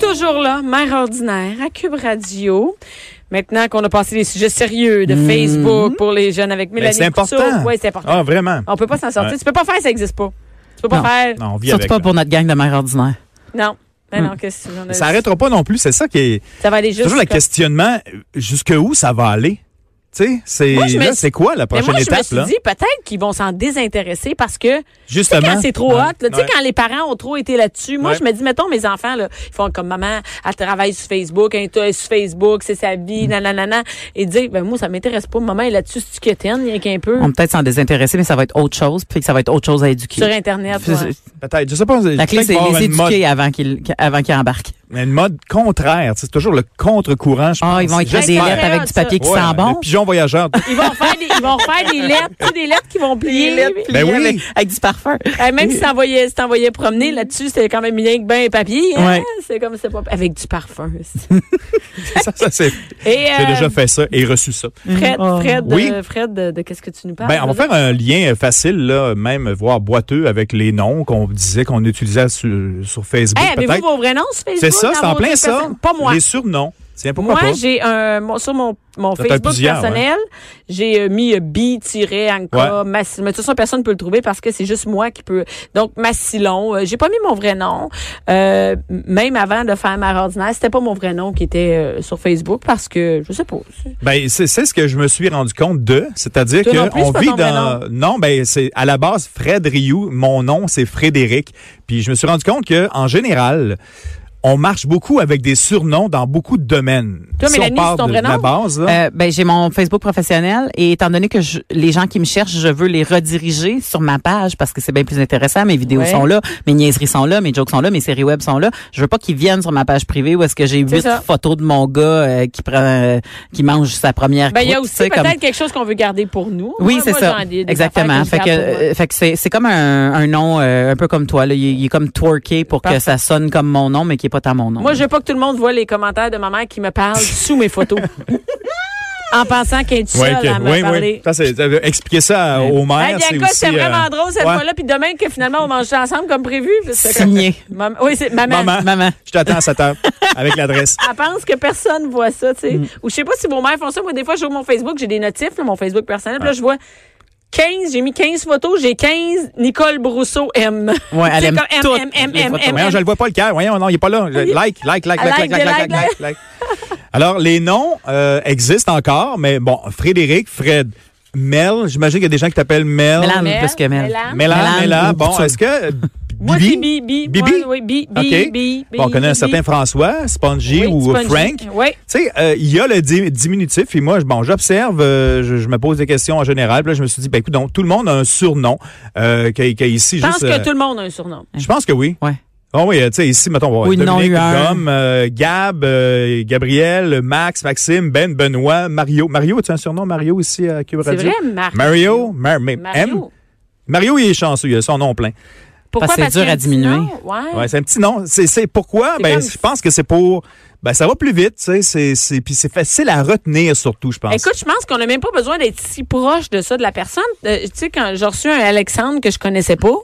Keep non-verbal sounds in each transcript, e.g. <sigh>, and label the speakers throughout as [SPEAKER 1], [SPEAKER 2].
[SPEAKER 1] toujours là, mère ordinaire à Cube Radio. Maintenant qu'on a passé les sujets sérieux de Facebook pour les jeunes avec Mélanie
[SPEAKER 2] Mhm. Ben, c'est important.
[SPEAKER 1] Oui, c'est important.
[SPEAKER 2] Ah, vraiment.
[SPEAKER 1] On peut pas s'en sortir.
[SPEAKER 2] Ouais.
[SPEAKER 1] Tu peux pas faire, ça existe pas. Tu peux pas
[SPEAKER 3] Non.
[SPEAKER 1] faire.
[SPEAKER 2] Non, on vit
[SPEAKER 3] Surtout
[SPEAKER 2] avec,
[SPEAKER 3] pas
[SPEAKER 2] là.
[SPEAKER 3] pour notre gang de mères ordinaires.
[SPEAKER 1] Non. Mais
[SPEAKER 3] Mm.
[SPEAKER 1] non, qu'est-ce que tu- on a-
[SPEAKER 2] Hmm. Ça arrêtera pas non plus. C'est ça qui est.
[SPEAKER 1] Ça va aller juste.
[SPEAKER 2] toujours le
[SPEAKER 1] comme-
[SPEAKER 2] questionnement euh, jusque où ça va aller. Tu sais, c'est
[SPEAKER 1] Moi, je me
[SPEAKER 2] là,
[SPEAKER 1] suis-
[SPEAKER 2] c'est quoi la
[SPEAKER 1] Mais
[SPEAKER 2] prochaine
[SPEAKER 1] moi, je me
[SPEAKER 2] étape
[SPEAKER 1] suis
[SPEAKER 2] là
[SPEAKER 1] dit, peut-être qu'ils vont s'en désintéresser parce que
[SPEAKER 2] Justement.
[SPEAKER 1] quand c'est trop hot, là, tu sais,
[SPEAKER 2] Ouais.
[SPEAKER 1] quand les parents ont trop été là-dessus, moi,
[SPEAKER 2] Ouais.
[SPEAKER 1] je me dis, mettons, mes enfants, là, ils font comme maman, elle travaille sur Facebook, elle est sur Facebook, c'est sa vie,
[SPEAKER 2] Hmm.
[SPEAKER 1] nanana, et dire, ben, moi, ça m'intéresse pas, maman est là-dessus, c'est quétaine, rien qu'un peu,
[SPEAKER 3] On peut peut-être s'en désintéresser, mais ça va être autre chose, puis que ça va être autre chose à éduquer.
[SPEAKER 1] sur Internet, ouais.
[SPEAKER 2] Peut-être, je sais pas.
[SPEAKER 3] La
[SPEAKER 2] peut-être
[SPEAKER 3] clé, c'est
[SPEAKER 2] qu'il va y avoir
[SPEAKER 3] les
[SPEAKER 2] une mode,
[SPEAKER 3] éduquer avant qu'ils qu- avant qu'ils embarquent.
[SPEAKER 2] une mode contraire. tu sais, C'est toujours le contre-courant. je
[SPEAKER 3] Ah,
[SPEAKER 2] pense.
[SPEAKER 3] ils vont écrire des
[SPEAKER 2] J'espère.
[SPEAKER 3] lettres avec du papier qui
[SPEAKER 2] Ouais,
[SPEAKER 3] sent
[SPEAKER 2] Le
[SPEAKER 3] bon.
[SPEAKER 2] pigeon voyageur.
[SPEAKER 1] Ils vont faire des, ils vont faire des lettres, tu sais, des lettres qui vont plier. puis-
[SPEAKER 2] Ben oui.
[SPEAKER 3] Avec, avec du parfum.
[SPEAKER 1] Euh, même si t'envoyais, si t'envoyais promener
[SPEAKER 2] Mm.
[SPEAKER 1] là-dessus, c'était quand même bien que ben et papier. hein?
[SPEAKER 3] Ouais.
[SPEAKER 1] C'est comme c'est pas avec du parfum. aussi.
[SPEAKER 2] ça, ça, Mm.
[SPEAKER 1] <laughs>
[SPEAKER 2] c'est-
[SPEAKER 1] Et
[SPEAKER 2] J'ai
[SPEAKER 1] euh,
[SPEAKER 2] déjà fait ça et reçu ça.
[SPEAKER 1] Fred,
[SPEAKER 3] Oh.
[SPEAKER 1] Fred,
[SPEAKER 2] Oui.
[SPEAKER 1] euh, Fred, de, de qu'est-ce que tu nous parles
[SPEAKER 2] Ben, on va faire un lien euh, facile, là, même voire boiteux avec les noms qu'on disait qu'on utilisait sur, sur Facebook.
[SPEAKER 1] Hey, avez-vous
[SPEAKER 2] peut-être.
[SPEAKER 1] vos vrais noms sur Facebook?
[SPEAKER 2] C'est ça, c'est
[SPEAKER 1] dans
[SPEAKER 2] en
[SPEAKER 1] vos
[SPEAKER 2] plein
[SPEAKER 1] trucs
[SPEAKER 2] ça.
[SPEAKER 1] personnels? Pas moi.
[SPEAKER 2] Les surnoms. Tiens, pourquoi
[SPEAKER 1] Moi,
[SPEAKER 2] pas?
[SPEAKER 1] j'ai un mon- sur mon, mon
[SPEAKER 2] T'as
[SPEAKER 1] Facebook
[SPEAKER 2] plusieurs,
[SPEAKER 1] personnel, j'ai euh, mis euh, bi-anka,
[SPEAKER 2] Ouais.
[SPEAKER 1] Massi- mais de toute façon, personne ne peut le trouver parce que c'est juste moi qui peux. Donc, Massilon, euh, j'ai pas mis mon vrai nom. Euh, m- même avant de faire ma ordinaire, c'était pas mon vrai nom qui était euh, sur Facebook parce que je sais pas. c'est-
[SPEAKER 2] Ben, c'est c'est ce que je me suis rendu compte de, c'est-à-dire
[SPEAKER 1] Toi non
[SPEAKER 2] que
[SPEAKER 1] plus,
[SPEAKER 2] on
[SPEAKER 1] c'est pas
[SPEAKER 2] vit
[SPEAKER 1] ton vrai
[SPEAKER 2] dans non ben c'est à la base Fred Rioux, mon nom c'est Frédéric, puis je me suis rendu compte que en général on marche beaucoup avec des surnoms dans beaucoup de domaines.
[SPEAKER 1] Toi,
[SPEAKER 2] si
[SPEAKER 1] Mélanie,
[SPEAKER 2] on part
[SPEAKER 1] c'est ton
[SPEAKER 2] de,
[SPEAKER 1] vrai
[SPEAKER 2] de la
[SPEAKER 1] nom?
[SPEAKER 2] base, là,
[SPEAKER 3] Euh, ben, j'ai mon Facebook professionnel et étant donné que je- les gens qui me cherchent, je veux les rediriger sur ma page parce que c'est bien plus intéressant. Mes vidéos
[SPEAKER 1] Ouais.
[SPEAKER 3] sont là, mes niaiseries sont là, mes jokes sont là, mes séries web sont là. Je veux pas qu'ils viennent sur ma page privée où est-ce que j'ai
[SPEAKER 1] C'est
[SPEAKER 3] huit
[SPEAKER 1] ça.
[SPEAKER 3] photos de mon gars euh, qui prend, euh, qui mange sa première.
[SPEAKER 1] Ben, il y a
[SPEAKER 3] croûte,
[SPEAKER 1] aussi
[SPEAKER 3] tu sais,
[SPEAKER 1] peut-être
[SPEAKER 3] comme-
[SPEAKER 1] quelque chose qu'on veut garder pour nous.
[SPEAKER 3] Oui,
[SPEAKER 1] Moi,
[SPEAKER 3] c'est
[SPEAKER 1] moi,
[SPEAKER 3] ça.
[SPEAKER 1] j'en ai des
[SPEAKER 3] Exactement.
[SPEAKER 1] affaires
[SPEAKER 3] Fait
[SPEAKER 1] je
[SPEAKER 3] que,
[SPEAKER 1] garde pour moi.
[SPEAKER 3] euh, fait que c'est, c'est comme un, un nom euh, un peu comme toi. Là. Il, il est comme twerké pour
[SPEAKER 1] Parfait.
[SPEAKER 3] que ça sonne comme mon nom, mais qui est pas tant mon nom.
[SPEAKER 1] Moi, je veux pas que tout le monde voit les commentaires de ma mère qui me parle sous mes photos. en pensant qu'elle est toute
[SPEAKER 2] ouais,
[SPEAKER 1] seule
[SPEAKER 2] que-
[SPEAKER 1] à me
[SPEAKER 2] ouais,
[SPEAKER 1] parler.
[SPEAKER 2] ouais. Ça, c'est- euh, expliquer ça à- au
[SPEAKER 1] Hey,
[SPEAKER 2] maire, Ah, c'est
[SPEAKER 1] Bianca,
[SPEAKER 2] aussi.
[SPEAKER 1] c'était vraiment
[SPEAKER 2] euh,
[SPEAKER 1] drôle cette
[SPEAKER 2] ouais.
[SPEAKER 1] fois-là. Puis demain, que finalement, on mange ensemble comme prévu. Puis c'est comme-
[SPEAKER 3] signé.
[SPEAKER 1] Maman- oui, c'est maman.
[SPEAKER 2] Maman.
[SPEAKER 3] Maman.
[SPEAKER 2] Je t'attends à 7 heures avec l'adresse.
[SPEAKER 1] Elle pense que personne voit ça, tu sais.
[SPEAKER 2] Mm.
[SPEAKER 1] Ou je sais pas si vos mères font ça. Moi, des fois, j'ouvre mon Facebook, j'ai des notifs, là, mon Facebook personnel. Puis là, je vois 15, j'ai mis 15 photos, j'ai 15 Nicole Brousseau M. <laughs>
[SPEAKER 3] Ouais, elle
[SPEAKER 1] C'est
[SPEAKER 3] aime
[SPEAKER 1] comme M,
[SPEAKER 3] toutes
[SPEAKER 1] M, M,
[SPEAKER 3] les
[SPEAKER 1] M,
[SPEAKER 3] photos.
[SPEAKER 1] M,
[SPEAKER 2] Voyons, je le vois pas le cœur. Voyons, non, il est pas là. Je- <laughs> Like, like, like, like, like, like, like, like, like, like. Alors, les noms euh, existent encore, mais bon, Frédéric, Fred, Mel, j'imagine qu'il y a des gens qui t'appellent Mel.
[SPEAKER 3] Mélan,
[SPEAKER 1] Mel,
[SPEAKER 3] plus que Mel.
[SPEAKER 1] Mélan.
[SPEAKER 2] Mélan,
[SPEAKER 3] Mélan,
[SPEAKER 2] Mélan.
[SPEAKER 3] ou
[SPEAKER 2] Bon,
[SPEAKER 3] Boutsoul.
[SPEAKER 2] est-ce que
[SPEAKER 1] Moi, c'est
[SPEAKER 2] Bibi?
[SPEAKER 1] Bi, Bi.
[SPEAKER 2] Bibi?
[SPEAKER 1] Moi, oui, Bi, Bi,
[SPEAKER 2] OK.
[SPEAKER 1] Bi, Bi,
[SPEAKER 2] Bon, on connaît un
[SPEAKER 1] Bi,
[SPEAKER 2] certain François,
[SPEAKER 1] Oui,
[SPEAKER 2] Spongy ou euh,
[SPEAKER 1] Spongy.
[SPEAKER 2] Frank. Tu
[SPEAKER 1] Oui.
[SPEAKER 2] sais, euh, il y a le di- diminutif et moi, je- bon, j'observe, euh, je, je me pose des questions en général. Puis là, je me suis dit, ben écoute, donc tout le monde a un surnom euh, qui est qui est ici.
[SPEAKER 1] Je pense
[SPEAKER 2] juste,
[SPEAKER 1] que
[SPEAKER 2] euh,
[SPEAKER 1] tout le monde a un surnom.
[SPEAKER 2] je pense que oui.
[SPEAKER 3] Ouais.
[SPEAKER 2] Ah oui, euh, tu sais, ici, mettons, on va
[SPEAKER 3] Oui,
[SPEAKER 2] Dominique,
[SPEAKER 3] non, eu un.
[SPEAKER 2] Dom, euh, Gab, euh, Gabriel, Max, Maxime, Ben, Benoît, Mario. Mario, as-tu un surnom, Mario, ici à Cube
[SPEAKER 1] C'est
[SPEAKER 2] Radio?
[SPEAKER 1] vrai, Marc.
[SPEAKER 2] Mario, Mar- mais- M.
[SPEAKER 1] Mario.
[SPEAKER 2] Mario, il est chanceux, il a son nom plein.
[SPEAKER 1] Pourquoi
[SPEAKER 3] Parce que c'est
[SPEAKER 1] qu'il y a
[SPEAKER 3] dur à
[SPEAKER 1] un petit nom?
[SPEAKER 3] diminuer.
[SPEAKER 1] Ouais.
[SPEAKER 2] Ouais, c'est un petit nom. C'est, c'est pourquoi?
[SPEAKER 1] Ah. C'est
[SPEAKER 2] Ben,
[SPEAKER 1] comme-
[SPEAKER 2] je pense que c'est pour, ben, ça va plus vite, tu sais, c'est, c'est, puis c'est facile à retenir surtout, je pense.
[SPEAKER 1] Écoute, je pense qu'on n'a même pas besoin d'être si proche de ça de la personne. Euh, tu sais, quand j'ai reçu un Alexandre que je connaissais pas,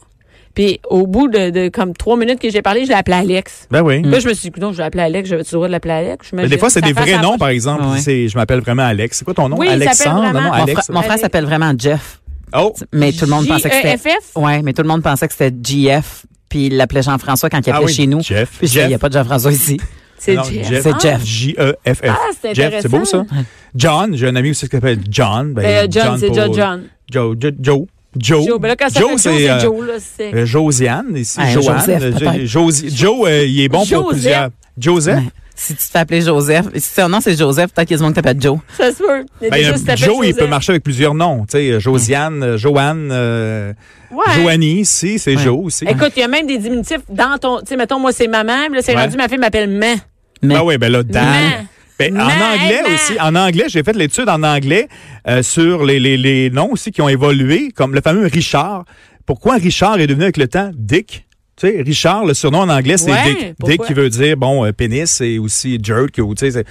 [SPEAKER 1] puis au bout de, de comme trois minutes que j'ai parlé, je l'ai appelé Alex.
[SPEAKER 2] ben oui.
[SPEAKER 1] Là, je me suis dit, non, je vais appeler Alex, j'avais toujours le droit de l'appeler Alex.
[SPEAKER 2] Mais des fois, c'est des vrais noms, par exemple.
[SPEAKER 3] Ah ouais.
[SPEAKER 2] C'est, je m'appelle vraiment Alex. C'est quoi ton nom?
[SPEAKER 1] Oui, il s'appelle
[SPEAKER 2] Alexandre?
[SPEAKER 1] vraiment-
[SPEAKER 2] Non, non,
[SPEAKER 3] Mon,
[SPEAKER 2] Alex.
[SPEAKER 3] frère- mon frère
[SPEAKER 1] Allez.
[SPEAKER 3] s'appelle vraiment Jeff.
[SPEAKER 2] Oh!
[SPEAKER 3] Mais tout le monde pensait que Oh. c'était.
[SPEAKER 1] FF?
[SPEAKER 3] Ouais, mais tout le monde pensait que c'était GF. Puis il l'appelait Jean-François quand il
[SPEAKER 2] Ah
[SPEAKER 3] appelait
[SPEAKER 2] oui,
[SPEAKER 3] chez nous.
[SPEAKER 2] Jeff,
[SPEAKER 3] Puis je disais,
[SPEAKER 2] Jeff.
[SPEAKER 3] il n'y a pas de
[SPEAKER 2] <laughs>
[SPEAKER 3] Jean-François ici.
[SPEAKER 1] C'est
[SPEAKER 2] Non,
[SPEAKER 1] Jeff.
[SPEAKER 2] Jeff.
[SPEAKER 3] C'est Jeff.
[SPEAKER 2] J-E-F-F.
[SPEAKER 1] Ah, c'est
[SPEAKER 2] E Jeff, c'est beau, ça?
[SPEAKER 1] intéressant.
[SPEAKER 2] John, j'ai un ami aussi qui s'appelle John. Ben,
[SPEAKER 1] Euh, John, c'est
[SPEAKER 2] pour-
[SPEAKER 1] John, John.
[SPEAKER 2] Joe, Jo- Joe, Joe.
[SPEAKER 1] Joe, ben là, quand ça fait Joe, c'est
[SPEAKER 2] euh,
[SPEAKER 1] Joe, là, c'est...
[SPEAKER 2] euh, Josiane, ici,
[SPEAKER 3] Ouais,
[SPEAKER 2] Joanne.
[SPEAKER 3] Joseph,
[SPEAKER 2] Euh, Jo-
[SPEAKER 3] peut-être.
[SPEAKER 2] Josi- Joe, euh, il est bon
[SPEAKER 1] Joseph.
[SPEAKER 2] pour plusieurs. Joseph?
[SPEAKER 3] Ouais. Si tu te fais appeler Joseph, si ton nom c'est Joseph, peut-être qu'il y a du monde qui t'appelle Joe.
[SPEAKER 1] Ça se peut. Il y a
[SPEAKER 2] Ben,
[SPEAKER 1] des gens
[SPEAKER 2] euh,
[SPEAKER 1] qui s'appellent
[SPEAKER 2] Joe, il peut
[SPEAKER 1] Joseph.
[SPEAKER 2] marcher avec plusieurs noms. Tu sais, euh, Josiane, euh, Joanne, euh,
[SPEAKER 1] Ouais.
[SPEAKER 2] Joanie, ici, c'est Joe aussi.
[SPEAKER 1] Écoute, il y a même des diminutifs dans ton... Tu sais, mettons, moi, c'est maman. puis Là, c'est
[SPEAKER 2] Ouais.
[SPEAKER 1] rendu, ma fille m'appelle Ma.
[SPEAKER 3] Mais
[SPEAKER 2] Ben oui, ben là,
[SPEAKER 1] Maman.
[SPEAKER 2] Dan. Ben, en
[SPEAKER 1] Maman.
[SPEAKER 2] anglais aussi, en anglais, j'ai fait l'étude en anglais euh, sur les, les, les noms aussi qui ont évolué, comme le fameux Richard. Pourquoi Richard est devenu avec le temps Dick? Tu sais, Richard, le surnom en anglais, c'est
[SPEAKER 1] Ouais,
[SPEAKER 2] Dick. Dick
[SPEAKER 1] pourquoi?
[SPEAKER 2] qui veut dire, bon, euh, pénis et aussi jerk. Ou, tu sais, c'est-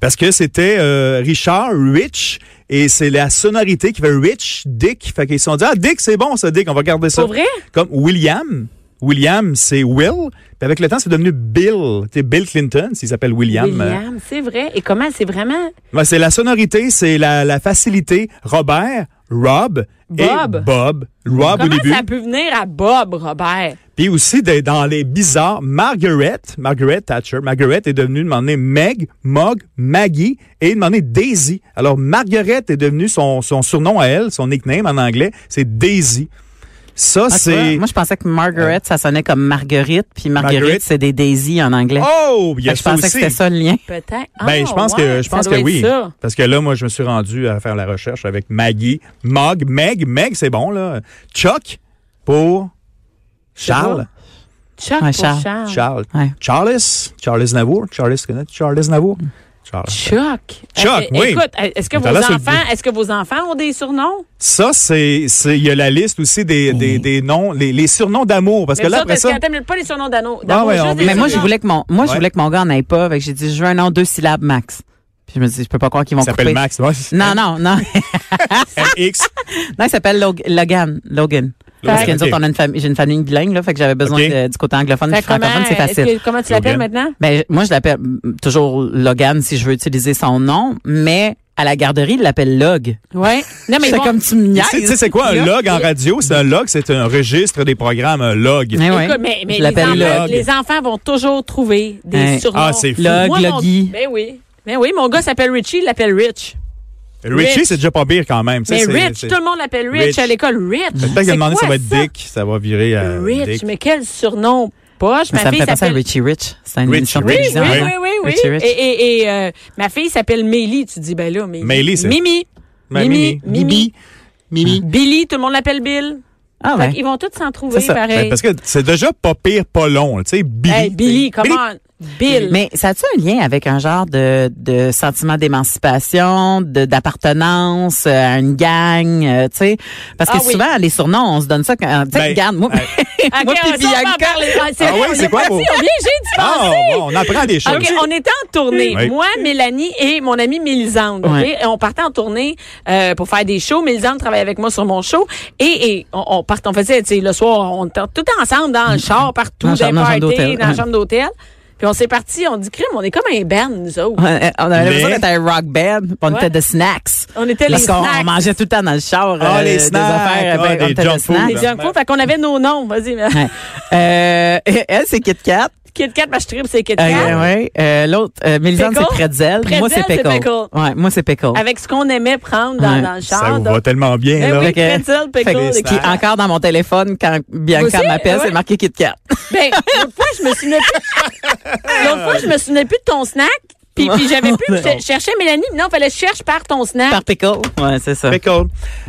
[SPEAKER 2] parce que c'était euh, Richard, Rich, et c'est la sonorité qui fait Rich, Dick. Fait qu'ils se sont dit, ah, Dick, c'est bon ça, Dick, on va garder ça.
[SPEAKER 1] Pour vrai?
[SPEAKER 2] Comme William, William, c'est Will. Puis avec le temps, c'est devenu Bill. Tu sais, Bill Clinton, s'il s'appelle William. Euh,
[SPEAKER 1] William, c'est vrai. Et comment c'est vraiment
[SPEAKER 2] ouais, c'est la sonorité, c'est la, la facilité. Robert, Rob et
[SPEAKER 1] Bob.
[SPEAKER 2] Bob. Rob au
[SPEAKER 1] Comment
[SPEAKER 2] Ah, début.
[SPEAKER 1] ça peut venir à Bob, Robert?
[SPEAKER 2] Puis aussi, des- dans les bizarres, Margaret, Margaret Thatcher, Margaret est devenue, de demander Meg, Mog, Maggie et de demander Daisy. Alors, Margaret est devenue son, son surnom à elle, son nickname en anglais, c'est Daisy. Ça,
[SPEAKER 3] Ah, tu vois,
[SPEAKER 2] c'est...
[SPEAKER 3] Moi, je pensais que Margaret, ça sonnait comme Marguerite, puis Marguerite,
[SPEAKER 2] Marguerite.
[SPEAKER 3] c'est des Daisy en anglais.
[SPEAKER 2] Oh, il y
[SPEAKER 3] Fait
[SPEAKER 2] a
[SPEAKER 3] que je
[SPEAKER 2] ça
[SPEAKER 3] pensais que
[SPEAKER 2] aussi.
[SPEAKER 3] c'était ça le lien.
[SPEAKER 1] Peut-être.
[SPEAKER 2] Ben,
[SPEAKER 1] Ah,
[SPEAKER 2] je pense
[SPEAKER 1] ouais,
[SPEAKER 2] que je
[SPEAKER 1] ça
[SPEAKER 2] pense
[SPEAKER 1] doit
[SPEAKER 2] que
[SPEAKER 1] être
[SPEAKER 2] oui.
[SPEAKER 1] ça.
[SPEAKER 2] Parce que là, moi, je me suis rendu à faire la recherche avec Maggie, Mog, Meg, Meg, c'est bon là. Chuck pour Charles,
[SPEAKER 1] Chuck
[SPEAKER 3] Ouais,
[SPEAKER 1] pour
[SPEAKER 3] Charles.
[SPEAKER 1] Charles.
[SPEAKER 2] Charles,
[SPEAKER 3] Ouais.
[SPEAKER 2] Charles, Charles Navour, Charles connaît Charles Navour, Charles.
[SPEAKER 1] Chuck.
[SPEAKER 2] Chuck,
[SPEAKER 1] Eh, eh,
[SPEAKER 2] oui.
[SPEAKER 1] Écoute, eh, est-ce que
[SPEAKER 2] Mais t'as
[SPEAKER 1] vos
[SPEAKER 2] l'air sur le
[SPEAKER 1] enfants, est-ce que vos enfants ont des surnoms?
[SPEAKER 2] Ça, c'est, c'est, il y a la liste aussi des, des, des noms, les, les surnoms d'amour. Parce
[SPEAKER 1] Mais
[SPEAKER 2] que là,
[SPEAKER 1] ça,
[SPEAKER 2] après
[SPEAKER 1] parce
[SPEAKER 2] ça,
[SPEAKER 1] que, attends, mais pas les surnoms d'anneaux.
[SPEAKER 2] Ah, ouais,
[SPEAKER 1] juste
[SPEAKER 2] on
[SPEAKER 1] des
[SPEAKER 2] veut-
[SPEAKER 3] Mais moi, je
[SPEAKER 1] surnoms.
[SPEAKER 3] voulais que mon, moi, je
[SPEAKER 2] Ouais.
[SPEAKER 3] voulais que mon gars en aille pas. Fait que j'ai dit, je veux un nom, deux syllabes max. Puis je me dis, je peux pas croire qu'ils vont
[SPEAKER 2] il s'appelle
[SPEAKER 3] couper.
[SPEAKER 2] Max.
[SPEAKER 1] <laughs>
[SPEAKER 2] hein? ouais.
[SPEAKER 3] Non, non, non. <laughs>
[SPEAKER 2] MX.
[SPEAKER 3] non, il s'appelle Log- Logan. Logan. Parce que nous
[SPEAKER 2] Ok.
[SPEAKER 3] autres, on a une famille, j'ai une famille bilingue, là. Fait que j'avais besoin
[SPEAKER 2] Ok.
[SPEAKER 3] de- du côté anglophone
[SPEAKER 1] Fait
[SPEAKER 3] puis francophone, c'est
[SPEAKER 1] comment, est-ce
[SPEAKER 3] facile.
[SPEAKER 1] que- comment tu l'appelles
[SPEAKER 2] Logan.
[SPEAKER 1] maintenant?
[SPEAKER 3] Ben, je- moi, je l'appelle mm, toujours Logan si je veux utiliser son nom, mais à la garderie, il l'appelle Log.
[SPEAKER 1] Oui. Non, Ah, mais
[SPEAKER 3] C'est
[SPEAKER 1] ils vont-
[SPEAKER 3] comme tu me niaises.
[SPEAKER 2] Tu sais- tu sais, c'est quoi un log en radio? C'est un log, c'est un registre des programmes, un log.
[SPEAKER 3] Eh ouais.
[SPEAKER 1] Écoute, mais, mais
[SPEAKER 3] Je
[SPEAKER 1] les,
[SPEAKER 3] l'appelle
[SPEAKER 1] enfants,
[SPEAKER 2] Log.
[SPEAKER 1] les enfants vont toujours trouver des
[SPEAKER 3] Hein.
[SPEAKER 1] surnoms.
[SPEAKER 2] Ah, c'est fou.
[SPEAKER 3] Log,
[SPEAKER 1] Moi, mon-
[SPEAKER 3] Loggy.
[SPEAKER 1] Ben oui. Ben oui, mon gars s'appelle Richie, il l'appelle Rich.
[SPEAKER 2] Richie, c'est déjà pas pire quand même. Ça,
[SPEAKER 1] Mais
[SPEAKER 2] c'est-
[SPEAKER 1] Rich,
[SPEAKER 2] c'est-
[SPEAKER 1] tout le monde l'appelle Rich,
[SPEAKER 2] Rich.
[SPEAKER 1] à l'école. Rich.
[SPEAKER 2] Peut-être qu'il
[SPEAKER 1] C'est
[SPEAKER 2] a demandé ça
[SPEAKER 1] quoi
[SPEAKER 2] va être Dick, ça va virer à
[SPEAKER 1] Rich,
[SPEAKER 2] Dick.
[SPEAKER 1] mais quel surnom poche.
[SPEAKER 3] Mais
[SPEAKER 1] ma
[SPEAKER 3] ça me
[SPEAKER 1] fille
[SPEAKER 3] fait penser à
[SPEAKER 1] s'appelle
[SPEAKER 3] Richie Rich. C'est une
[SPEAKER 2] Richie
[SPEAKER 3] émission de
[SPEAKER 2] Rich,
[SPEAKER 1] Oui, oui,
[SPEAKER 3] télévision.
[SPEAKER 1] oui,
[SPEAKER 3] hein?
[SPEAKER 1] oui, oui.
[SPEAKER 3] Richie Rich.
[SPEAKER 1] Et, et- et, euh, ma fille s'appelle Mélie. Tu dis, ben là, Mélie.
[SPEAKER 2] Mélie, c'est-
[SPEAKER 1] Mimi.
[SPEAKER 2] Mais
[SPEAKER 1] Mimi. Mimi.
[SPEAKER 2] Mimi.
[SPEAKER 1] Billy, tout le monde l'appelle Bill.
[SPEAKER 3] Ah
[SPEAKER 1] Fait
[SPEAKER 3] ouais.
[SPEAKER 1] qu'ils vont tous s'en trouver
[SPEAKER 2] C'est ça.
[SPEAKER 1] pareil.
[SPEAKER 2] Ben, Parce que c'est déjà pas pire, pas long. Tu sais, Billy.
[SPEAKER 1] hey, Billy, come
[SPEAKER 2] Billy.
[SPEAKER 1] on. Bill.
[SPEAKER 3] Mais ça a-tu un lien avec un genre de, de sentiment d'émancipation, de- d'appartenance euh, à une gang, euh, tu sais? Parce que
[SPEAKER 1] Ah oui.
[SPEAKER 3] souvent, les surnoms, on se donne ça quand, tu sais,
[SPEAKER 2] Ben,
[SPEAKER 3] regarde, moi,
[SPEAKER 1] Ok,
[SPEAKER 3] moi
[SPEAKER 1] on-
[SPEAKER 3] puis
[SPEAKER 1] ça, on va en
[SPEAKER 3] Bianca.
[SPEAKER 1] parler. Ah, c'est
[SPEAKER 2] Ah
[SPEAKER 1] vrai,
[SPEAKER 2] ouais,
[SPEAKER 1] on
[SPEAKER 2] c'est
[SPEAKER 1] est
[SPEAKER 2] quoi,
[SPEAKER 1] parti,
[SPEAKER 2] vous?
[SPEAKER 1] On vient juste
[SPEAKER 2] Ah, bon, on apprend des choses.
[SPEAKER 1] OK, on était en tournée.
[SPEAKER 2] Oui.
[SPEAKER 1] Moi, Mélanie et mon amie Mélisande. ok?
[SPEAKER 3] Ouais.
[SPEAKER 1] Et On partait en tournée euh, pour faire des shows. Mélisande travaillait avec moi sur mon show. Et, et on, on, part, on faisait, tu sais, le soir, on était tout ensemble dans le char, partout,
[SPEAKER 3] Mm. Dans
[SPEAKER 1] dans,
[SPEAKER 3] la chambre- dans la chambre
[SPEAKER 1] les parties,
[SPEAKER 3] d'hôtel,
[SPEAKER 1] dans la
[SPEAKER 3] ouais.
[SPEAKER 1] chambre d'hôtel. Puis on s'est parti, on dit, crime, on est comme un band, nous autres.
[SPEAKER 3] <laughs> on avait l'impression
[SPEAKER 2] Mais-
[SPEAKER 3] d'être un rock band, puis on
[SPEAKER 1] Ouais.
[SPEAKER 3] était de snacks.
[SPEAKER 1] On était les
[SPEAKER 3] Parce qu'on
[SPEAKER 1] snacks.
[SPEAKER 3] on mangeait tout le temps dans le char
[SPEAKER 2] Ah,
[SPEAKER 3] euh,
[SPEAKER 2] les
[SPEAKER 3] des
[SPEAKER 2] snacks,
[SPEAKER 3] affaires,
[SPEAKER 2] ah,
[SPEAKER 3] ben, on
[SPEAKER 2] des
[SPEAKER 3] était
[SPEAKER 2] junk food.
[SPEAKER 1] Les
[SPEAKER 3] snacks.
[SPEAKER 1] junk food, fait qu'on avait nos noms. Vas-y, mais-
[SPEAKER 3] Ouais. Euh, <laughs> elle, c'est Kit Kat.
[SPEAKER 1] <laughs> Kit Kat, ma Trip, c'est Kit
[SPEAKER 3] Euh,
[SPEAKER 1] Kat.
[SPEAKER 3] ouais. Euh, L'autre, euh, Mélisande, c'est
[SPEAKER 1] Pickle.
[SPEAKER 3] Pretzel. Moi,
[SPEAKER 1] Pretzel,
[SPEAKER 3] c'est
[SPEAKER 1] c'est
[SPEAKER 3] Pickle.
[SPEAKER 1] Pickle.
[SPEAKER 3] Ouais, moi, c'est Pickle.
[SPEAKER 1] Avec ce qu'on aimait prendre dans,
[SPEAKER 3] Ouais.
[SPEAKER 1] dans le char.
[SPEAKER 2] Ça vous
[SPEAKER 1] donc-
[SPEAKER 2] va tellement bien,
[SPEAKER 1] Ben
[SPEAKER 2] là.
[SPEAKER 1] oui,
[SPEAKER 3] Fait que-
[SPEAKER 1] pretzel, pickle,
[SPEAKER 3] Fait que-
[SPEAKER 1] des
[SPEAKER 3] puis
[SPEAKER 1] snacks.
[SPEAKER 3] encore dans mon téléphone, quand
[SPEAKER 1] Vous
[SPEAKER 3] Bianca
[SPEAKER 1] aussi?
[SPEAKER 3] m'appelle,
[SPEAKER 1] Ouais.
[SPEAKER 3] c'est marqué Kit
[SPEAKER 1] <laughs>
[SPEAKER 3] Kat.
[SPEAKER 1] Ben, l'autre fois, je me souvenais plus. L'autre fois, je me souvenais plus de ton snack. Puis, puis j'avais plus. Je je cherchais Mélanie. mais Non, fallait que je cherche par ton snack.
[SPEAKER 3] Par Pickle. Ouais, c'est ça.
[SPEAKER 2] Pickle. euh,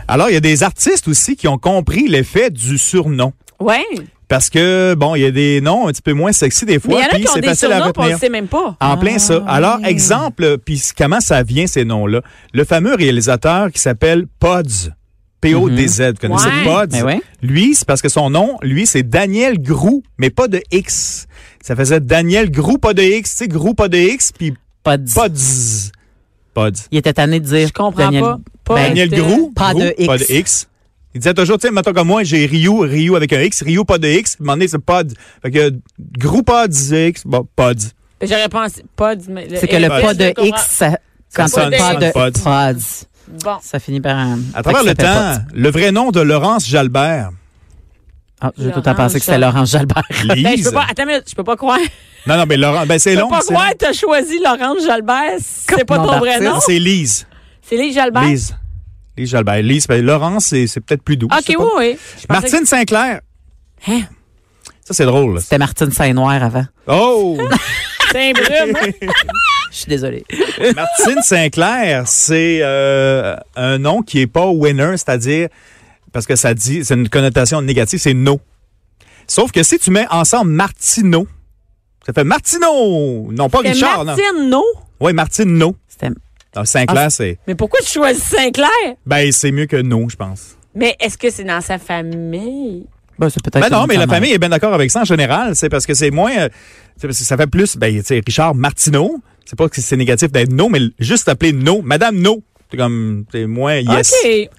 [SPEAKER 2] Alors, il y a des artistes aussi qui ont compris l'effet du surnom.
[SPEAKER 1] Ouais.
[SPEAKER 2] Parce que, bon, il y a des noms un petit peu moins sexy des
[SPEAKER 1] Mais il
[SPEAKER 2] fois,
[SPEAKER 1] y en a
[SPEAKER 2] puis
[SPEAKER 1] qui ont
[SPEAKER 2] c'est
[SPEAKER 1] des
[SPEAKER 2] facile à
[SPEAKER 1] surnoms, puis on
[SPEAKER 2] retenir.
[SPEAKER 1] le sait même pas.
[SPEAKER 2] En plein ça.
[SPEAKER 3] Ah,
[SPEAKER 2] Alors, exemple, puis comment ça vient ces noms-là? Le fameux réalisateur qui s'appelle Pods. P-O-D-Z. Connaissez
[SPEAKER 1] Ouais.
[SPEAKER 2] Pods?
[SPEAKER 3] Ben ouais.
[SPEAKER 2] Lui, c'est parce que son nom, lui, c'est Daniel Grou, mais pas de X. Ça faisait Daniel Grou, pas de X, tu sais, Grou, pas de X, puis
[SPEAKER 3] Pas de...
[SPEAKER 2] Pods. Pods.
[SPEAKER 3] Il était tanné de dire.
[SPEAKER 1] Je comprends
[SPEAKER 3] Daniel-
[SPEAKER 1] pas. Pas
[SPEAKER 3] Ben,
[SPEAKER 2] Daniel
[SPEAKER 1] C'était-
[SPEAKER 2] Grou,
[SPEAKER 3] Pas
[SPEAKER 2] Grou,
[SPEAKER 3] de X.
[SPEAKER 2] Pas de X. Il disait toujours, tu sais, mettons comme moi, j'ai Ryu, Ryu avec un X, Ryu, pas de X, m'en est, c'est Pods. Fait que Grou, Pods, X, bon, Pods.
[SPEAKER 1] Ben, J'aurais pensé. Pas du. mais
[SPEAKER 3] c'est que le
[SPEAKER 1] X,
[SPEAKER 3] pas
[SPEAKER 1] je
[SPEAKER 3] de
[SPEAKER 1] comprends.
[SPEAKER 3] X, ça, quand
[SPEAKER 1] sonne-
[SPEAKER 3] on
[SPEAKER 1] ça
[SPEAKER 3] pas
[SPEAKER 1] sonne
[SPEAKER 3] de
[SPEAKER 2] Pods.
[SPEAKER 3] Pods,
[SPEAKER 1] Bon.
[SPEAKER 3] ça finit par un.
[SPEAKER 2] À travers
[SPEAKER 3] fait
[SPEAKER 2] le
[SPEAKER 3] que ça fait
[SPEAKER 2] temps, le vrai nom de Laurence Jalbert,
[SPEAKER 3] Pods. Ah, J'ai tout le temps
[SPEAKER 1] Laurent
[SPEAKER 3] pensé que c'était
[SPEAKER 1] Jalbert.
[SPEAKER 3] Laurent Jalbert.
[SPEAKER 1] <laughs>
[SPEAKER 2] Lise.
[SPEAKER 1] Ben, je peux pas. Attends une minute, je peux pas croire.
[SPEAKER 2] Non, non, mais Laurent, ben c'est
[SPEAKER 1] Je
[SPEAKER 2] long.
[SPEAKER 1] peux pas
[SPEAKER 2] c'est
[SPEAKER 1] croire
[SPEAKER 2] long.
[SPEAKER 1] que t'as choisi Laurence Jalbert. C'est
[SPEAKER 3] Comme
[SPEAKER 1] pas
[SPEAKER 3] mon
[SPEAKER 1] ton vrai
[SPEAKER 3] artiste.
[SPEAKER 1] nom.
[SPEAKER 2] C'est Lise.
[SPEAKER 1] C'est les Jalbert.
[SPEAKER 2] Lise. Lise Jalbert. Lise, ben, Laurence, c'est c'est peut-être plus doux. je
[SPEAKER 1] OK,
[SPEAKER 2] sais
[SPEAKER 1] oui,
[SPEAKER 2] pas.
[SPEAKER 1] oui. Je pensais
[SPEAKER 2] Martine Sinclair.
[SPEAKER 1] que- Hein?
[SPEAKER 2] Ça, c'est drôle. là.
[SPEAKER 3] C'était Martine Saint-Noir avant.
[SPEAKER 1] <laughs>
[SPEAKER 2] Oh!
[SPEAKER 1] C'est un brume. hein.
[SPEAKER 3] Je suis désolée.
[SPEAKER 2] Martine Sinclair, c'est euh, un nom qui est pas winner, c'est-à-dire parce que ça dit, c'est une connotation négative, c'est no. Sauf que si tu mets ensemble Martino, ça fait Martino, non pas
[SPEAKER 1] C'est
[SPEAKER 2] <laughs> Richard, non.
[SPEAKER 1] Martine, non.
[SPEAKER 2] Oui, Martino.
[SPEAKER 3] C'était
[SPEAKER 2] Non,
[SPEAKER 1] Ah,
[SPEAKER 2] Sinclair, c'est
[SPEAKER 1] Mais pourquoi tu choisis Sinclair?
[SPEAKER 2] ben c'est mieux que no, je pense.
[SPEAKER 1] Mais est-ce que c'est dans sa famille?
[SPEAKER 3] Ben, c'est peut-être
[SPEAKER 2] Ben non,
[SPEAKER 3] une
[SPEAKER 2] mais la
[SPEAKER 3] femme.
[SPEAKER 2] famille est bien d'accord avec ça en général, c'est parce que c'est moins, euh, c'est parce que ça fait plus, ben tu sais Richard Martineau, c'est pas que c'est négatif d'être no, mais juste appeler no, Madame no, c'est comme c'est moins yes.
[SPEAKER 1] OK.
[SPEAKER 2] Tu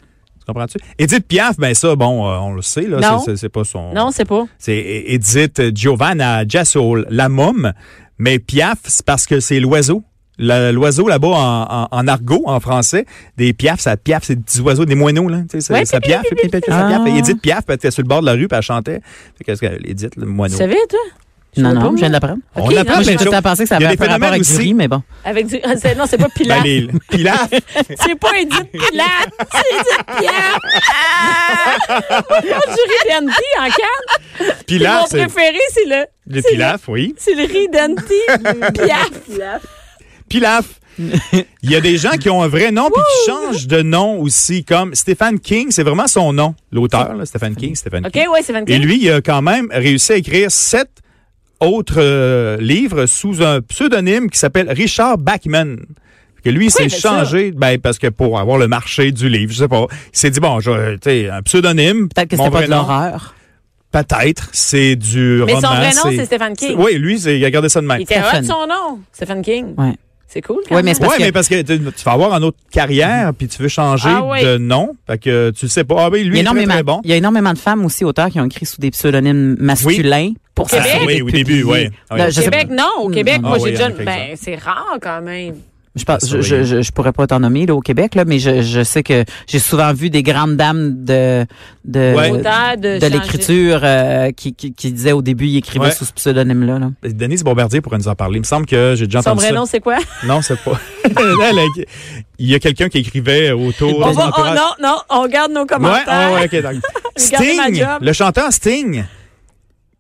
[SPEAKER 2] Comprends-tu? Edith Piaf, ben ça, bon, euh, on le sait, là,
[SPEAKER 1] Non.
[SPEAKER 2] c'est- c'est- c'est pas son...
[SPEAKER 1] Non, c'est pas.
[SPEAKER 2] C'est Edith Giovanna Jasso, la môme. Mais Piaf, c'est parce que c'est l'oiseau. La- L'oiseau là-bas en, en, en argot, en français, des piafs, ça piaf, c'est des petits oiseaux, des moineaux, là. Tu sais, ça,
[SPEAKER 1] Ouais,
[SPEAKER 2] ça
[SPEAKER 1] pipi,
[SPEAKER 2] piaf,
[SPEAKER 1] pipi,
[SPEAKER 2] pipi, pipi, ça
[SPEAKER 3] pipi.
[SPEAKER 2] piaf.
[SPEAKER 3] Ah.
[SPEAKER 2] Et Edith Piaf, parce qu'elle était sur le bord de la rue, puis elle chantait. Fait qu'est-ce qu'elle- Edith, le moineau.
[SPEAKER 1] Tu savais, toi? Je
[SPEAKER 3] Non,
[SPEAKER 1] savais pas,
[SPEAKER 3] non, je viens de
[SPEAKER 1] moi.
[SPEAKER 3] l'apprendre.
[SPEAKER 2] On
[SPEAKER 1] Ok,
[SPEAKER 2] apprend
[SPEAKER 1] non,
[SPEAKER 3] Moi,
[SPEAKER 2] plein
[SPEAKER 3] j'ai
[SPEAKER 2] de choses.
[SPEAKER 3] tout à penser que ça
[SPEAKER 2] Il y a
[SPEAKER 3] avait
[SPEAKER 2] des
[SPEAKER 3] un rapport
[SPEAKER 2] phénomènes
[SPEAKER 3] avec
[SPEAKER 2] aussi.
[SPEAKER 3] Gris, mais bon.
[SPEAKER 1] Avec du... ah, c'est- Non,
[SPEAKER 2] <laughs>
[SPEAKER 1] c'est pas Pilat.
[SPEAKER 2] Ben, les- Pilaf,
[SPEAKER 1] <laughs> C'est pas Edith Pilat. C'est Edith
[SPEAKER 2] <laughs>
[SPEAKER 1] Piaf. Ah! du riz d'Anti en canne. Puis
[SPEAKER 2] Pilaf,
[SPEAKER 1] Mon
[SPEAKER 2] c'est
[SPEAKER 1] préféré, c'est le...
[SPEAKER 2] le
[SPEAKER 1] c'est
[SPEAKER 2] Pilaf, oui.
[SPEAKER 1] C'est le riz
[SPEAKER 3] <laughs>
[SPEAKER 1] d'Anti Piaf.
[SPEAKER 2] Pilaf. Il y a des gens qui ont un vrai nom puis qui changent de nom aussi, comme Stephen King, c'est vraiment son nom, l'auteur, là, Stephen King, Stephen
[SPEAKER 1] OK,
[SPEAKER 2] King.
[SPEAKER 1] ouais, c'est 24.
[SPEAKER 2] Et lui, il a quand même réussi à écrire sept autres euh, livres sous un pseudonyme qui s'appelle Richard Bachman. Que lui, il
[SPEAKER 1] Pourquoi
[SPEAKER 2] s'est
[SPEAKER 1] il fait ça?
[SPEAKER 2] changé, ben, parce que pour avoir le marché du livre, je sais pas. Il s'est dit, bon, je, tu sais, un pseudonyme.
[SPEAKER 3] Peut-être que
[SPEAKER 2] mon
[SPEAKER 3] c'était pas
[SPEAKER 2] vrai
[SPEAKER 3] de
[SPEAKER 2] nom,
[SPEAKER 3] l'horreur.
[SPEAKER 2] Peut-être. C'est du
[SPEAKER 1] Mais son
[SPEAKER 2] roman.
[SPEAKER 1] vrai nom, c'est Stephen King.
[SPEAKER 2] Oui, lui, c'est- il a gardé ça de même.
[SPEAKER 1] Il était hot,
[SPEAKER 3] Stephen.
[SPEAKER 1] son nom. Stephen King.
[SPEAKER 3] Ouais.
[SPEAKER 1] C'est cool.
[SPEAKER 3] Ouais, mais
[SPEAKER 1] même.
[SPEAKER 3] c'est
[SPEAKER 2] Oui,
[SPEAKER 3] parce que-
[SPEAKER 2] mais parce que tu tu vas avoir une autre carrière, puis tu veux changer
[SPEAKER 1] Ah oui.
[SPEAKER 2] de nom. Fait que tu le sais pas. Ah oui,
[SPEAKER 3] il,
[SPEAKER 2] lui,
[SPEAKER 3] y
[SPEAKER 2] il
[SPEAKER 3] a
[SPEAKER 2] est très,
[SPEAKER 3] énormément,
[SPEAKER 2] très bon.
[SPEAKER 3] il y a énormément de femmes aussi auteurs qui ont écrit sous des pseudonymes masculins pour
[SPEAKER 1] Québec?
[SPEAKER 3] s'assurer
[SPEAKER 2] Oui,
[SPEAKER 3] d'être
[SPEAKER 2] au début,
[SPEAKER 3] publiées.
[SPEAKER 2] oui. Ah,
[SPEAKER 3] Là,
[SPEAKER 2] oui.
[SPEAKER 3] je sais
[SPEAKER 1] Québec,
[SPEAKER 3] pas.
[SPEAKER 1] non. Au Québec,
[SPEAKER 3] Ah
[SPEAKER 1] moi,
[SPEAKER 2] oui,
[SPEAKER 1] j'ai déjà...
[SPEAKER 2] avec
[SPEAKER 1] Ben,
[SPEAKER 2] exemple.
[SPEAKER 1] c'est rare, quand même.
[SPEAKER 3] Je, pense, je, je, je, je pourrais pas t'en nommer là, au Québec, là, mais je, je sais que j'ai souvent vu des grandes dames de de,
[SPEAKER 2] Ouais.
[SPEAKER 1] Auteur de
[SPEAKER 3] de
[SPEAKER 1] changer.
[SPEAKER 3] l'écriture euh, qui, qui, qui disaient au début, ils écrivaient
[SPEAKER 2] Ouais.
[SPEAKER 3] sous ce pseudonyme-là. Là.
[SPEAKER 2] Denise Bombardier pourrait nous en parler. Il me semble que j'ai déjà
[SPEAKER 1] Son
[SPEAKER 2] entendu
[SPEAKER 1] vrai
[SPEAKER 2] ça.
[SPEAKER 1] nom, c'est quoi?
[SPEAKER 2] Non, c'est pas. <laughs> Elle, elle, il y a quelqu'un qui écrivait autour
[SPEAKER 1] On
[SPEAKER 2] de
[SPEAKER 1] va, oh,
[SPEAKER 2] l'entourage.
[SPEAKER 1] non, non, on regarde nos
[SPEAKER 2] ouais,
[SPEAKER 1] commentaires.
[SPEAKER 2] ah ouais, ok, d'accord.
[SPEAKER 1] Regardez ma
[SPEAKER 2] Sting,
[SPEAKER 1] job.
[SPEAKER 2] le chanteur Sting.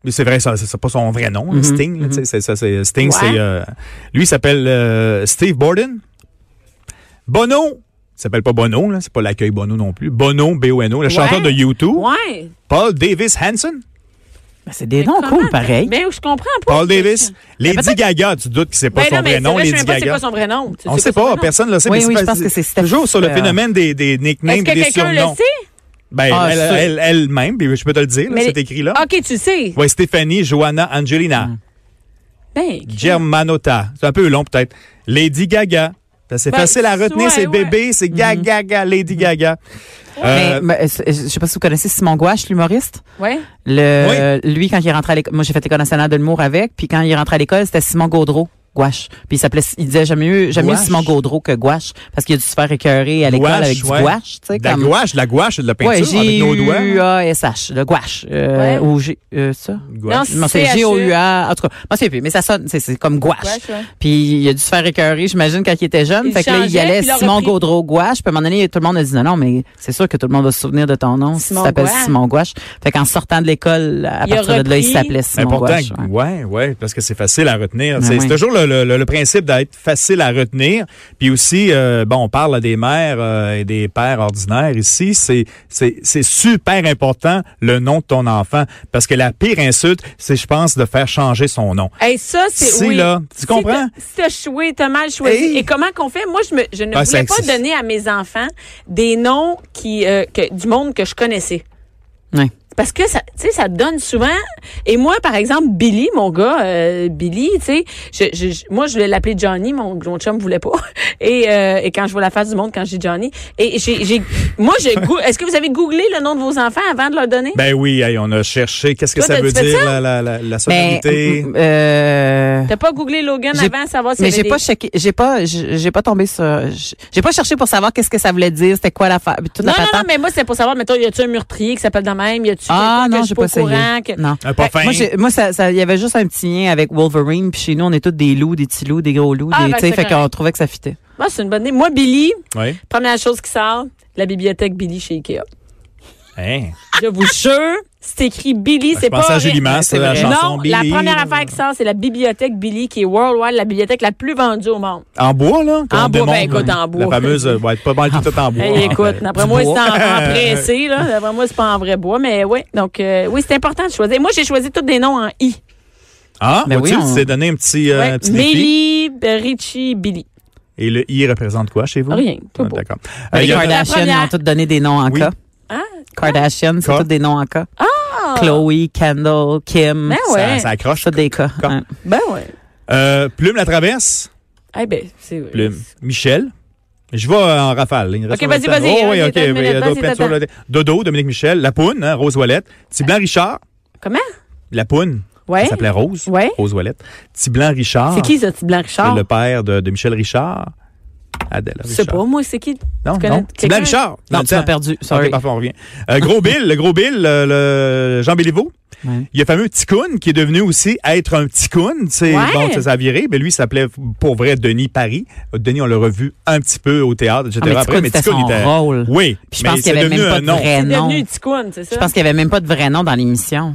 [SPEAKER 2] Mais c'est vrai, ça, c'est c'est pas son vrai nom, là,
[SPEAKER 3] Mhm,
[SPEAKER 2] Sting. là, tu sais, c'est- ça, c'est- Sting,
[SPEAKER 1] Ouais.
[SPEAKER 2] c'est. euh, lui, il s'appelle euh, Steve Borden. Bono. Il s'appelle pas Bono, là. C'est pas l'accueil Bono non plus. Bono, B-O-N-O, le chanteur de U2.
[SPEAKER 1] Ouais.
[SPEAKER 2] Paul Davis Hanson.
[SPEAKER 3] Ben, c'est des
[SPEAKER 1] Mais
[SPEAKER 3] noms
[SPEAKER 1] comment?
[SPEAKER 3] cool, pareil.
[SPEAKER 1] Mais je comprends pas.
[SPEAKER 2] Paul Davis. Lady
[SPEAKER 1] peut-être-
[SPEAKER 2] Gaga, tu doutes que c'est pas
[SPEAKER 1] Ben
[SPEAKER 2] son
[SPEAKER 1] non, mais
[SPEAKER 2] vrai
[SPEAKER 1] c'est
[SPEAKER 2] nom,
[SPEAKER 1] vrai, je sais
[SPEAKER 2] Lady
[SPEAKER 1] même pas c'est
[SPEAKER 2] Gaga.
[SPEAKER 1] quoi son vrai nom. Tu
[SPEAKER 2] On
[SPEAKER 1] quoi son
[SPEAKER 2] sait pas,
[SPEAKER 1] vrai nom?
[SPEAKER 2] personne ne le sait.
[SPEAKER 3] Oui,
[SPEAKER 2] mais
[SPEAKER 3] oui,
[SPEAKER 2] c'est
[SPEAKER 3] je
[SPEAKER 2] pas-
[SPEAKER 3] pense que c'est
[SPEAKER 2] c'est toujours sur le
[SPEAKER 3] euh,
[SPEAKER 2] phénomène des, des nicknames
[SPEAKER 1] Est-ce
[SPEAKER 2] et
[SPEAKER 1] que
[SPEAKER 2] des
[SPEAKER 1] quelqu'un le
[SPEAKER 2] surnoms.
[SPEAKER 1] sait?
[SPEAKER 2] Ben,
[SPEAKER 3] Ah,
[SPEAKER 2] elle-
[SPEAKER 3] ça-
[SPEAKER 2] elle- elle-même, puis je peux te le dire, là,
[SPEAKER 1] Mais-
[SPEAKER 2] c'est écrit
[SPEAKER 3] Ah.
[SPEAKER 2] là.
[SPEAKER 1] OK, tu sais.
[SPEAKER 2] Ouais, Stéphanie, Joanna, Angelina,
[SPEAKER 1] Ben,
[SPEAKER 2] Germanota. C'est un peu long peut-être. Lady Gaga. Ça, C'est
[SPEAKER 1] Ben,
[SPEAKER 2] facile à retenir,
[SPEAKER 1] ouais,
[SPEAKER 2] c'est
[SPEAKER 1] ouais.
[SPEAKER 2] bébé, c'est gaga, gaga, Lady Gaga. Euh,
[SPEAKER 3] Mhm. Mais, mais, euh, je sais pas si vous connaissez Simon Gouache, l'humoriste.
[SPEAKER 1] ouais.
[SPEAKER 3] Le, Lui, quand il est rentré à l'école, moi j'ai fait l'école nationale de l'humour avec, puis quand il est rentré à l'école, c'était Simon Gaudreau. Gouache. Puis il s'appelait, il disait jamais mieux, jamais mieux
[SPEAKER 2] Gouache.
[SPEAKER 3] Simon Gaudreau que Gouache, parce qu'il a dû se faire écœurer à l'école
[SPEAKER 2] Gouache,
[SPEAKER 3] avec du
[SPEAKER 2] ouais.
[SPEAKER 3] gouache, tu sais,
[SPEAKER 2] de la
[SPEAKER 3] comme-
[SPEAKER 2] gouache, de la gouache et de la
[SPEAKER 3] Ouais,
[SPEAKER 2] peinture avec nos doigts.
[SPEAKER 3] G-U-A-S-H, le gouache. Euh,
[SPEAKER 1] Ouais.
[SPEAKER 3] Ou G, euh, ça?
[SPEAKER 2] Gouache.
[SPEAKER 1] Non,
[SPEAKER 3] Non, c'est
[SPEAKER 1] CHE.
[SPEAKER 3] G-O-U-A, en tout cas, moi c'est plus, mais ça sonne, c'est- c'est comme
[SPEAKER 2] Ah,
[SPEAKER 3] gouache.
[SPEAKER 1] Gouache, ouais.
[SPEAKER 3] Puis il a dû se faire écœurer, j'imagine, quand il était jeune.
[SPEAKER 1] Il
[SPEAKER 3] fait que là, il y
[SPEAKER 1] changeait,
[SPEAKER 3] allait
[SPEAKER 1] puis il a
[SPEAKER 3] Simon
[SPEAKER 1] repris.
[SPEAKER 3] Gaudreau gouache. Puis à un moment donné, tout le monde a dit non, non, mais c'est sûr que tout le monde va se souvenir de ton nom si tu
[SPEAKER 1] Simon
[SPEAKER 3] t'appelles
[SPEAKER 1] Gouache.
[SPEAKER 3] Simon Gouache. Fait qu'en sortant de l'école, à
[SPEAKER 1] Il a
[SPEAKER 3] partir de là, il
[SPEAKER 1] repris.
[SPEAKER 3] s'appelait
[SPEAKER 2] Mais
[SPEAKER 3] Simon
[SPEAKER 2] pourtant,
[SPEAKER 3] Gouache.
[SPEAKER 2] ouais,
[SPEAKER 3] ouais.
[SPEAKER 2] ouais, parce que c'est facile à retenir.
[SPEAKER 3] Ben
[SPEAKER 2] c'est
[SPEAKER 3] oui.
[SPEAKER 2] c'est toujours le, le- le- le principe d'être facile à retenir. Puis aussi, euh, bon, on parle à des mères euh, et des pères ordinaires ici. C'est c'est c'est super important le nom de ton enfant parce que la pire insulte, c'est je pense de faire changer son nom.
[SPEAKER 1] Hey, ça, c'est.
[SPEAKER 2] Si,
[SPEAKER 1] oui.
[SPEAKER 2] là, tu
[SPEAKER 1] Si
[SPEAKER 2] comprends?
[SPEAKER 1] t'as- Si t'as choué, t'as mal choisi.
[SPEAKER 2] Hey.
[SPEAKER 1] Et comment qu'on fait? Moi, je, me, je ne voulais
[SPEAKER 2] Ben, c'est-
[SPEAKER 1] pas
[SPEAKER 2] c'est-
[SPEAKER 1] donner à mes enfants des noms qui, euh, que, du monde que je connaissais.
[SPEAKER 3] Ouais.
[SPEAKER 1] Parce que ça, tu sais, ça donne souvent. Et moi, par exemple, Billy, mon gars, euh, Billy, tu sais, je, je- je- moi, je voulais l'appeler Johnny, mon, mon chum voulait pas. <laughs> Et, euh, et quand je vois la face du monde, quand j'ai Johnny, et j'ai, j'ai, moi, je, goo- est-ce que vous avez googlé le nom de vos enfants avant de leur donner?
[SPEAKER 2] Ben oui, hey, on a cherché. Qu'est-ce que
[SPEAKER 1] Toi,
[SPEAKER 2] ça
[SPEAKER 1] t'as-
[SPEAKER 2] veut
[SPEAKER 1] tu fais
[SPEAKER 2] dire la la la, la
[SPEAKER 3] Mais,
[SPEAKER 2] sonorité?
[SPEAKER 3] euh,
[SPEAKER 1] T'as pas googlé Logan
[SPEAKER 3] J'ai-
[SPEAKER 1] avant de savoir si
[SPEAKER 3] mais
[SPEAKER 1] avait
[SPEAKER 3] j'ai
[SPEAKER 1] des-
[SPEAKER 3] pas checké, j'ai pas, j'ai j'ai pas tombé sur, j'ai- j'ai pas cherché pour savoir qu'est-ce que ça voulait dire, c'était quoi l'affaire, toute
[SPEAKER 1] Non,
[SPEAKER 3] la
[SPEAKER 1] non, non,
[SPEAKER 3] patente.
[SPEAKER 1] mais moi, c'est pour savoir, mettons, y a-tu un meurtrier qui s'appelle de même? Y a-tu
[SPEAKER 3] Ah
[SPEAKER 1] quelqu'un
[SPEAKER 3] non,
[SPEAKER 1] que je
[SPEAKER 3] j'ai
[SPEAKER 1] suis
[SPEAKER 3] pas
[SPEAKER 1] pas au
[SPEAKER 3] essayé.
[SPEAKER 1] courant? que-
[SPEAKER 3] Non.
[SPEAKER 2] Un parfum.
[SPEAKER 3] Moi, j'ai- moi, ça, ça, il y avait juste un petit lien avec Wolverine, puis chez nous, on est tous des loups, des petits loups, des gros loups,
[SPEAKER 1] Ah, ben,
[SPEAKER 3] des, tu sais,
[SPEAKER 1] c'est
[SPEAKER 3] fait
[SPEAKER 1] correct.
[SPEAKER 3] qu'on trouvait que ça fitait.
[SPEAKER 1] Moi, c'est une bonne idée. Moi, Billy,
[SPEAKER 2] Oui.
[SPEAKER 1] première chose qui sort, la bibliothèque Billy chez Ikea.
[SPEAKER 2] Hein.
[SPEAKER 1] Je vous jure, c'est écrit Billy,
[SPEAKER 2] Ben, je
[SPEAKER 1] c'est pas.
[SPEAKER 2] pensais à
[SPEAKER 1] rien.
[SPEAKER 2] Julie Masse,
[SPEAKER 3] c'est
[SPEAKER 2] la
[SPEAKER 3] vrai.
[SPEAKER 2] chanson
[SPEAKER 1] non,
[SPEAKER 2] Billy.
[SPEAKER 1] la première affaire qui sort, c'est la bibliothèque Billy, qui est worldwide, la bibliothèque la plus vendue au monde.
[SPEAKER 2] En bois, là? qu'on
[SPEAKER 1] En bois, ben,
[SPEAKER 2] démonte,
[SPEAKER 1] écoute, en bois.
[SPEAKER 2] La fameuse, euh, va être pas mal tout en bois.
[SPEAKER 1] Hey,
[SPEAKER 2] en <laughs>
[SPEAKER 1] écoute,
[SPEAKER 2] fait.
[SPEAKER 1] d'après
[SPEAKER 2] Du
[SPEAKER 1] moi, c'est
[SPEAKER 2] bois.
[SPEAKER 1] en,
[SPEAKER 2] <laughs>
[SPEAKER 1] en pressé, là. D'après moi, c'est pas en vrai bois, mais oui. Donc, euh, oui, c'est important de choisir. Moi, j'ai choisi tous des noms en I.
[SPEAKER 2] Ah,
[SPEAKER 3] Ben
[SPEAKER 2] vois-tu,
[SPEAKER 3] oui, on-
[SPEAKER 2] tu t'es donné un petit, euh, un
[SPEAKER 1] Ouais.
[SPEAKER 2] petit défi.
[SPEAKER 1] Millie, Richie, Billy.
[SPEAKER 2] Et le I représente quoi chez vous?
[SPEAKER 1] Rien, tout
[SPEAKER 2] Ah,
[SPEAKER 1] beau. Ben,
[SPEAKER 2] D'accord. Euh,
[SPEAKER 3] Les
[SPEAKER 2] il y a-
[SPEAKER 3] Kardashian, ils
[SPEAKER 1] La
[SPEAKER 3] ont
[SPEAKER 1] première-
[SPEAKER 3] toutes donné des noms en
[SPEAKER 2] Oui.
[SPEAKER 3] cas.
[SPEAKER 1] Ah,
[SPEAKER 3] Kardashian, c'est
[SPEAKER 2] Cas.
[SPEAKER 3] tous des noms en cas. Chloe, Kendall, Kim.
[SPEAKER 1] Ben
[SPEAKER 2] ça,
[SPEAKER 1] ouais.
[SPEAKER 2] ça accroche.
[SPEAKER 3] C'est tous des cas.
[SPEAKER 2] Cas.
[SPEAKER 3] hein.
[SPEAKER 1] Ben ouais.
[SPEAKER 2] Euh, Plume la traverse.
[SPEAKER 1] Eh ben, c'est
[SPEAKER 2] Plume. Michel. Je vais en rafale. Il me
[SPEAKER 1] Ok,
[SPEAKER 2] reste un
[SPEAKER 1] vas-y,
[SPEAKER 2] peu de temps.
[SPEAKER 1] vas-y, hein,
[SPEAKER 2] Oh, oui,
[SPEAKER 1] vas-y,
[SPEAKER 2] ok.
[SPEAKER 1] t'as une
[SPEAKER 2] oui,
[SPEAKER 1] minute,
[SPEAKER 2] euh,
[SPEAKER 1] vas-y,
[SPEAKER 2] Dodo Peinture,
[SPEAKER 1] t'attends.
[SPEAKER 2] Lodé- Dodo, Dominique Michel, La Poune, hein, Rose Ouellette. Petit Blanc Richard,
[SPEAKER 1] Comment?
[SPEAKER 2] La Poune.
[SPEAKER 1] Ouais.
[SPEAKER 2] Elle s'appelait Rose.
[SPEAKER 1] Ouais.
[SPEAKER 2] Rose Ouellette. Petit Blanc Richard.
[SPEAKER 1] C'est qui, ce petit blanc Richard?
[SPEAKER 2] Ah. Le père de, de Michel Richard. Adèle
[SPEAKER 1] Je
[SPEAKER 2] Richard.
[SPEAKER 1] sais pas, moi, c'est qui?
[SPEAKER 2] Non,
[SPEAKER 1] connais
[SPEAKER 2] non. Petit Blanc
[SPEAKER 1] quelqu'un?
[SPEAKER 2] Richard. Dans
[SPEAKER 3] Non,
[SPEAKER 2] le
[SPEAKER 3] tu m'as
[SPEAKER 2] temps.
[SPEAKER 3] perdu. Sorry.
[SPEAKER 2] OK, parfait, on revient. Euh, gros Bill, le gros Bill, euh, le Jean Béliveau.
[SPEAKER 3] Ouais. Ah,
[SPEAKER 2] Il y a le fameux Ticoun qui est devenu aussi être un Ticoun. C'est
[SPEAKER 1] Ouais.
[SPEAKER 2] bon, ça s'est viré. Mais lui, il s'appelait pour vrai Denis Paris. Euh, Denis, on l'a revu un petit peu au théâtre, etc.
[SPEAKER 3] Ah, mais
[SPEAKER 2] Après,
[SPEAKER 3] Ticoun, c'était
[SPEAKER 2] Ticoun,
[SPEAKER 3] son rôle.
[SPEAKER 2] Oui.
[SPEAKER 3] Puis je
[SPEAKER 2] mais
[SPEAKER 3] pense qu'il
[SPEAKER 2] c'est
[SPEAKER 3] n'y avait
[SPEAKER 2] devenu
[SPEAKER 3] même pas
[SPEAKER 2] un
[SPEAKER 3] de
[SPEAKER 2] nom.
[SPEAKER 3] vrai
[SPEAKER 1] C'est
[SPEAKER 3] nom.
[SPEAKER 1] devenu Ticoun, c'est ça?
[SPEAKER 3] Je pense qu'il n'y avait même pas de vrai nom dans l'émission.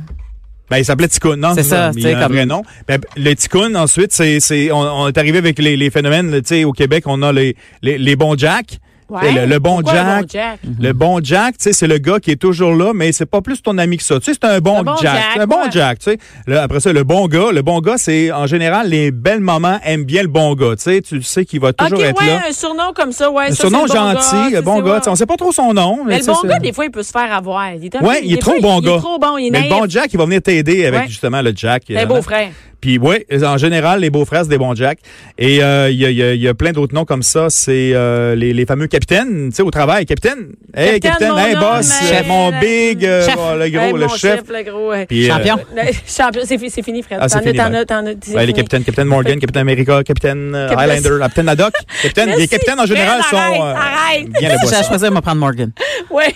[SPEAKER 2] Ben, il s'appelait Ticoun, non?
[SPEAKER 3] C'est ça,
[SPEAKER 2] il
[SPEAKER 3] tu sais,
[SPEAKER 2] a un
[SPEAKER 3] comme-
[SPEAKER 2] vrai nom. Ben, le Ticoun, ensuite, c'est, c'est, on, on est arrivé avec les, les phénomènes, tu sais, au Québec, on a les, les, les bons Jack. Tu sais,
[SPEAKER 1] Ouais.
[SPEAKER 2] Le, le bon
[SPEAKER 1] Pourquoi
[SPEAKER 2] Jack.
[SPEAKER 1] le bon Jack?
[SPEAKER 2] Le bon Jack, tu sais, c'est le gars qui est toujours là, mais c'est pas plus ton ami que ça. Tu sais, c'est un bon,
[SPEAKER 1] Le bon
[SPEAKER 2] Jack.
[SPEAKER 1] Jack,
[SPEAKER 2] C'est un bon
[SPEAKER 1] ouais.
[SPEAKER 2] Jack, tu sais. Là, après ça, le bon gars. Le bon gars, c'est, en général, les belles mamans aiment bien le bon gars, tu sais. Tu sais qu'il va toujours
[SPEAKER 1] OK, ouais,
[SPEAKER 2] être là.
[SPEAKER 1] un surnom comme ça, ouais.
[SPEAKER 2] Un
[SPEAKER 1] ça,
[SPEAKER 2] surnom
[SPEAKER 1] c'est le bon gars,
[SPEAKER 2] gentil,
[SPEAKER 1] ça,
[SPEAKER 2] le bon
[SPEAKER 1] c'est-
[SPEAKER 2] gars.
[SPEAKER 1] ouais.
[SPEAKER 2] tu sais, On sait pas trop son nom.
[SPEAKER 1] Mais le
[SPEAKER 2] ça,
[SPEAKER 1] bon
[SPEAKER 2] c'est-
[SPEAKER 1] gars, des fois, il peut se faire avoir. Il est, un
[SPEAKER 2] Ouais,
[SPEAKER 1] peu-
[SPEAKER 2] il est
[SPEAKER 1] des
[SPEAKER 2] trop
[SPEAKER 1] fois,
[SPEAKER 2] bon
[SPEAKER 1] Il
[SPEAKER 2] gars.
[SPEAKER 1] est trop bon, il est
[SPEAKER 2] Mais le
[SPEAKER 1] naïf.
[SPEAKER 2] bon Jack, il va venir t'aider avec
[SPEAKER 1] Ouais.
[SPEAKER 2] justement le Jack. euh,
[SPEAKER 1] C'est un beau frère.
[SPEAKER 2] Puis oui, en général, les beaux-frères, c'est des bons Jack. Et euh, il y, a- il y a- il y a plein d'autres noms comme ça. C'est euh, les, les fameux capitaines, tu sais, au travail. Capitaine, hey,
[SPEAKER 1] Capitaine,
[SPEAKER 2] capitaine,
[SPEAKER 1] mon
[SPEAKER 2] hey,
[SPEAKER 1] homme,
[SPEAKER 2] boss,
[SPEAKER 1] hey,
[SPEAKER 2] euh, mon
[SPEAKER 1] la-
[SPEAKER 2] big, euh,
[SPEAKER 3] Chef.
[SPEAKER 2] oh, le gros,
[SPEAKER 1] Hey,
[SPEAKER 2] le
[SPEAKER 1] mon
[SPEAKER 2] chef.
[SPEAKER 1] le gros. ouais.
[SPEAKER 2] Puis, euh,
[SPEAKER 3] Champion.
[SPEAKER 1] Le champion, c'est fi- c'est fini, Fred.
[SPEAKER 2] Ah, c'est
[SPEAKER 1] t'en as,
[SPEAKER 2] fini,
[SPEAKER 1] t'en
[SPEAKER 2] ouais.
[SPEAKER 1] as, t'en as. c'est
[SPEAKER 2] ouais, les
[SPEAKER 1] fini.
[SPEAKER 2] capitaines, Capitaine Morgan, Capitaine America, Capitaine euh,
[SPEAKER 1] Capitaine-
[SPEAKER 2] Highlander, la Capitaine Haddock. Capitaine, les
[SPEAKER 1] Merci.
[SPEAKER 2] capitaines en général
[SPEAKER 1] Ben,
[SPEAKER 2] sont
[SPEAKER 1] arrête,
[SPEAKER 2] euh, <laughs>
[SPEAKER 1] arrête.
[SPEAKER 2] bien les
[SPEAKER 3] Si J'ai à
[SPEAKER 2] boissons.
[SPEAKER 3] choisir, on va prendre Morgan.
[SPEAKER 1] Ouais.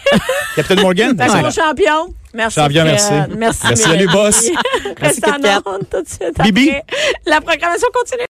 [SPEAKER 2] Capitaine Morgan,
[SPEAKER 1] Fait
[SPEAKER 2] c'est
[SPEAKER 1] que
[SPEAKER 2] la-
[SPEAKER 1] mon champion. Merci.
[SPEAKER 2] Champion,
[SPEAKER 1] Fred.
[SPEAKER 2] merci.
[SPEAKER 1] euh, Merci.
[SPEAKER 2] Merci, salut,
[SPEAKER 1] Mélanie.
[SPEAKER 2] boss.
[SPEAKER 1] <laughs> Reste
[SPEAKER 3] Kit Kat.
[SPEAKER 1] en onde tout de suite.
[SPEAKER 2] Bibi.
[SPEAKER 1] après. La programmation continue.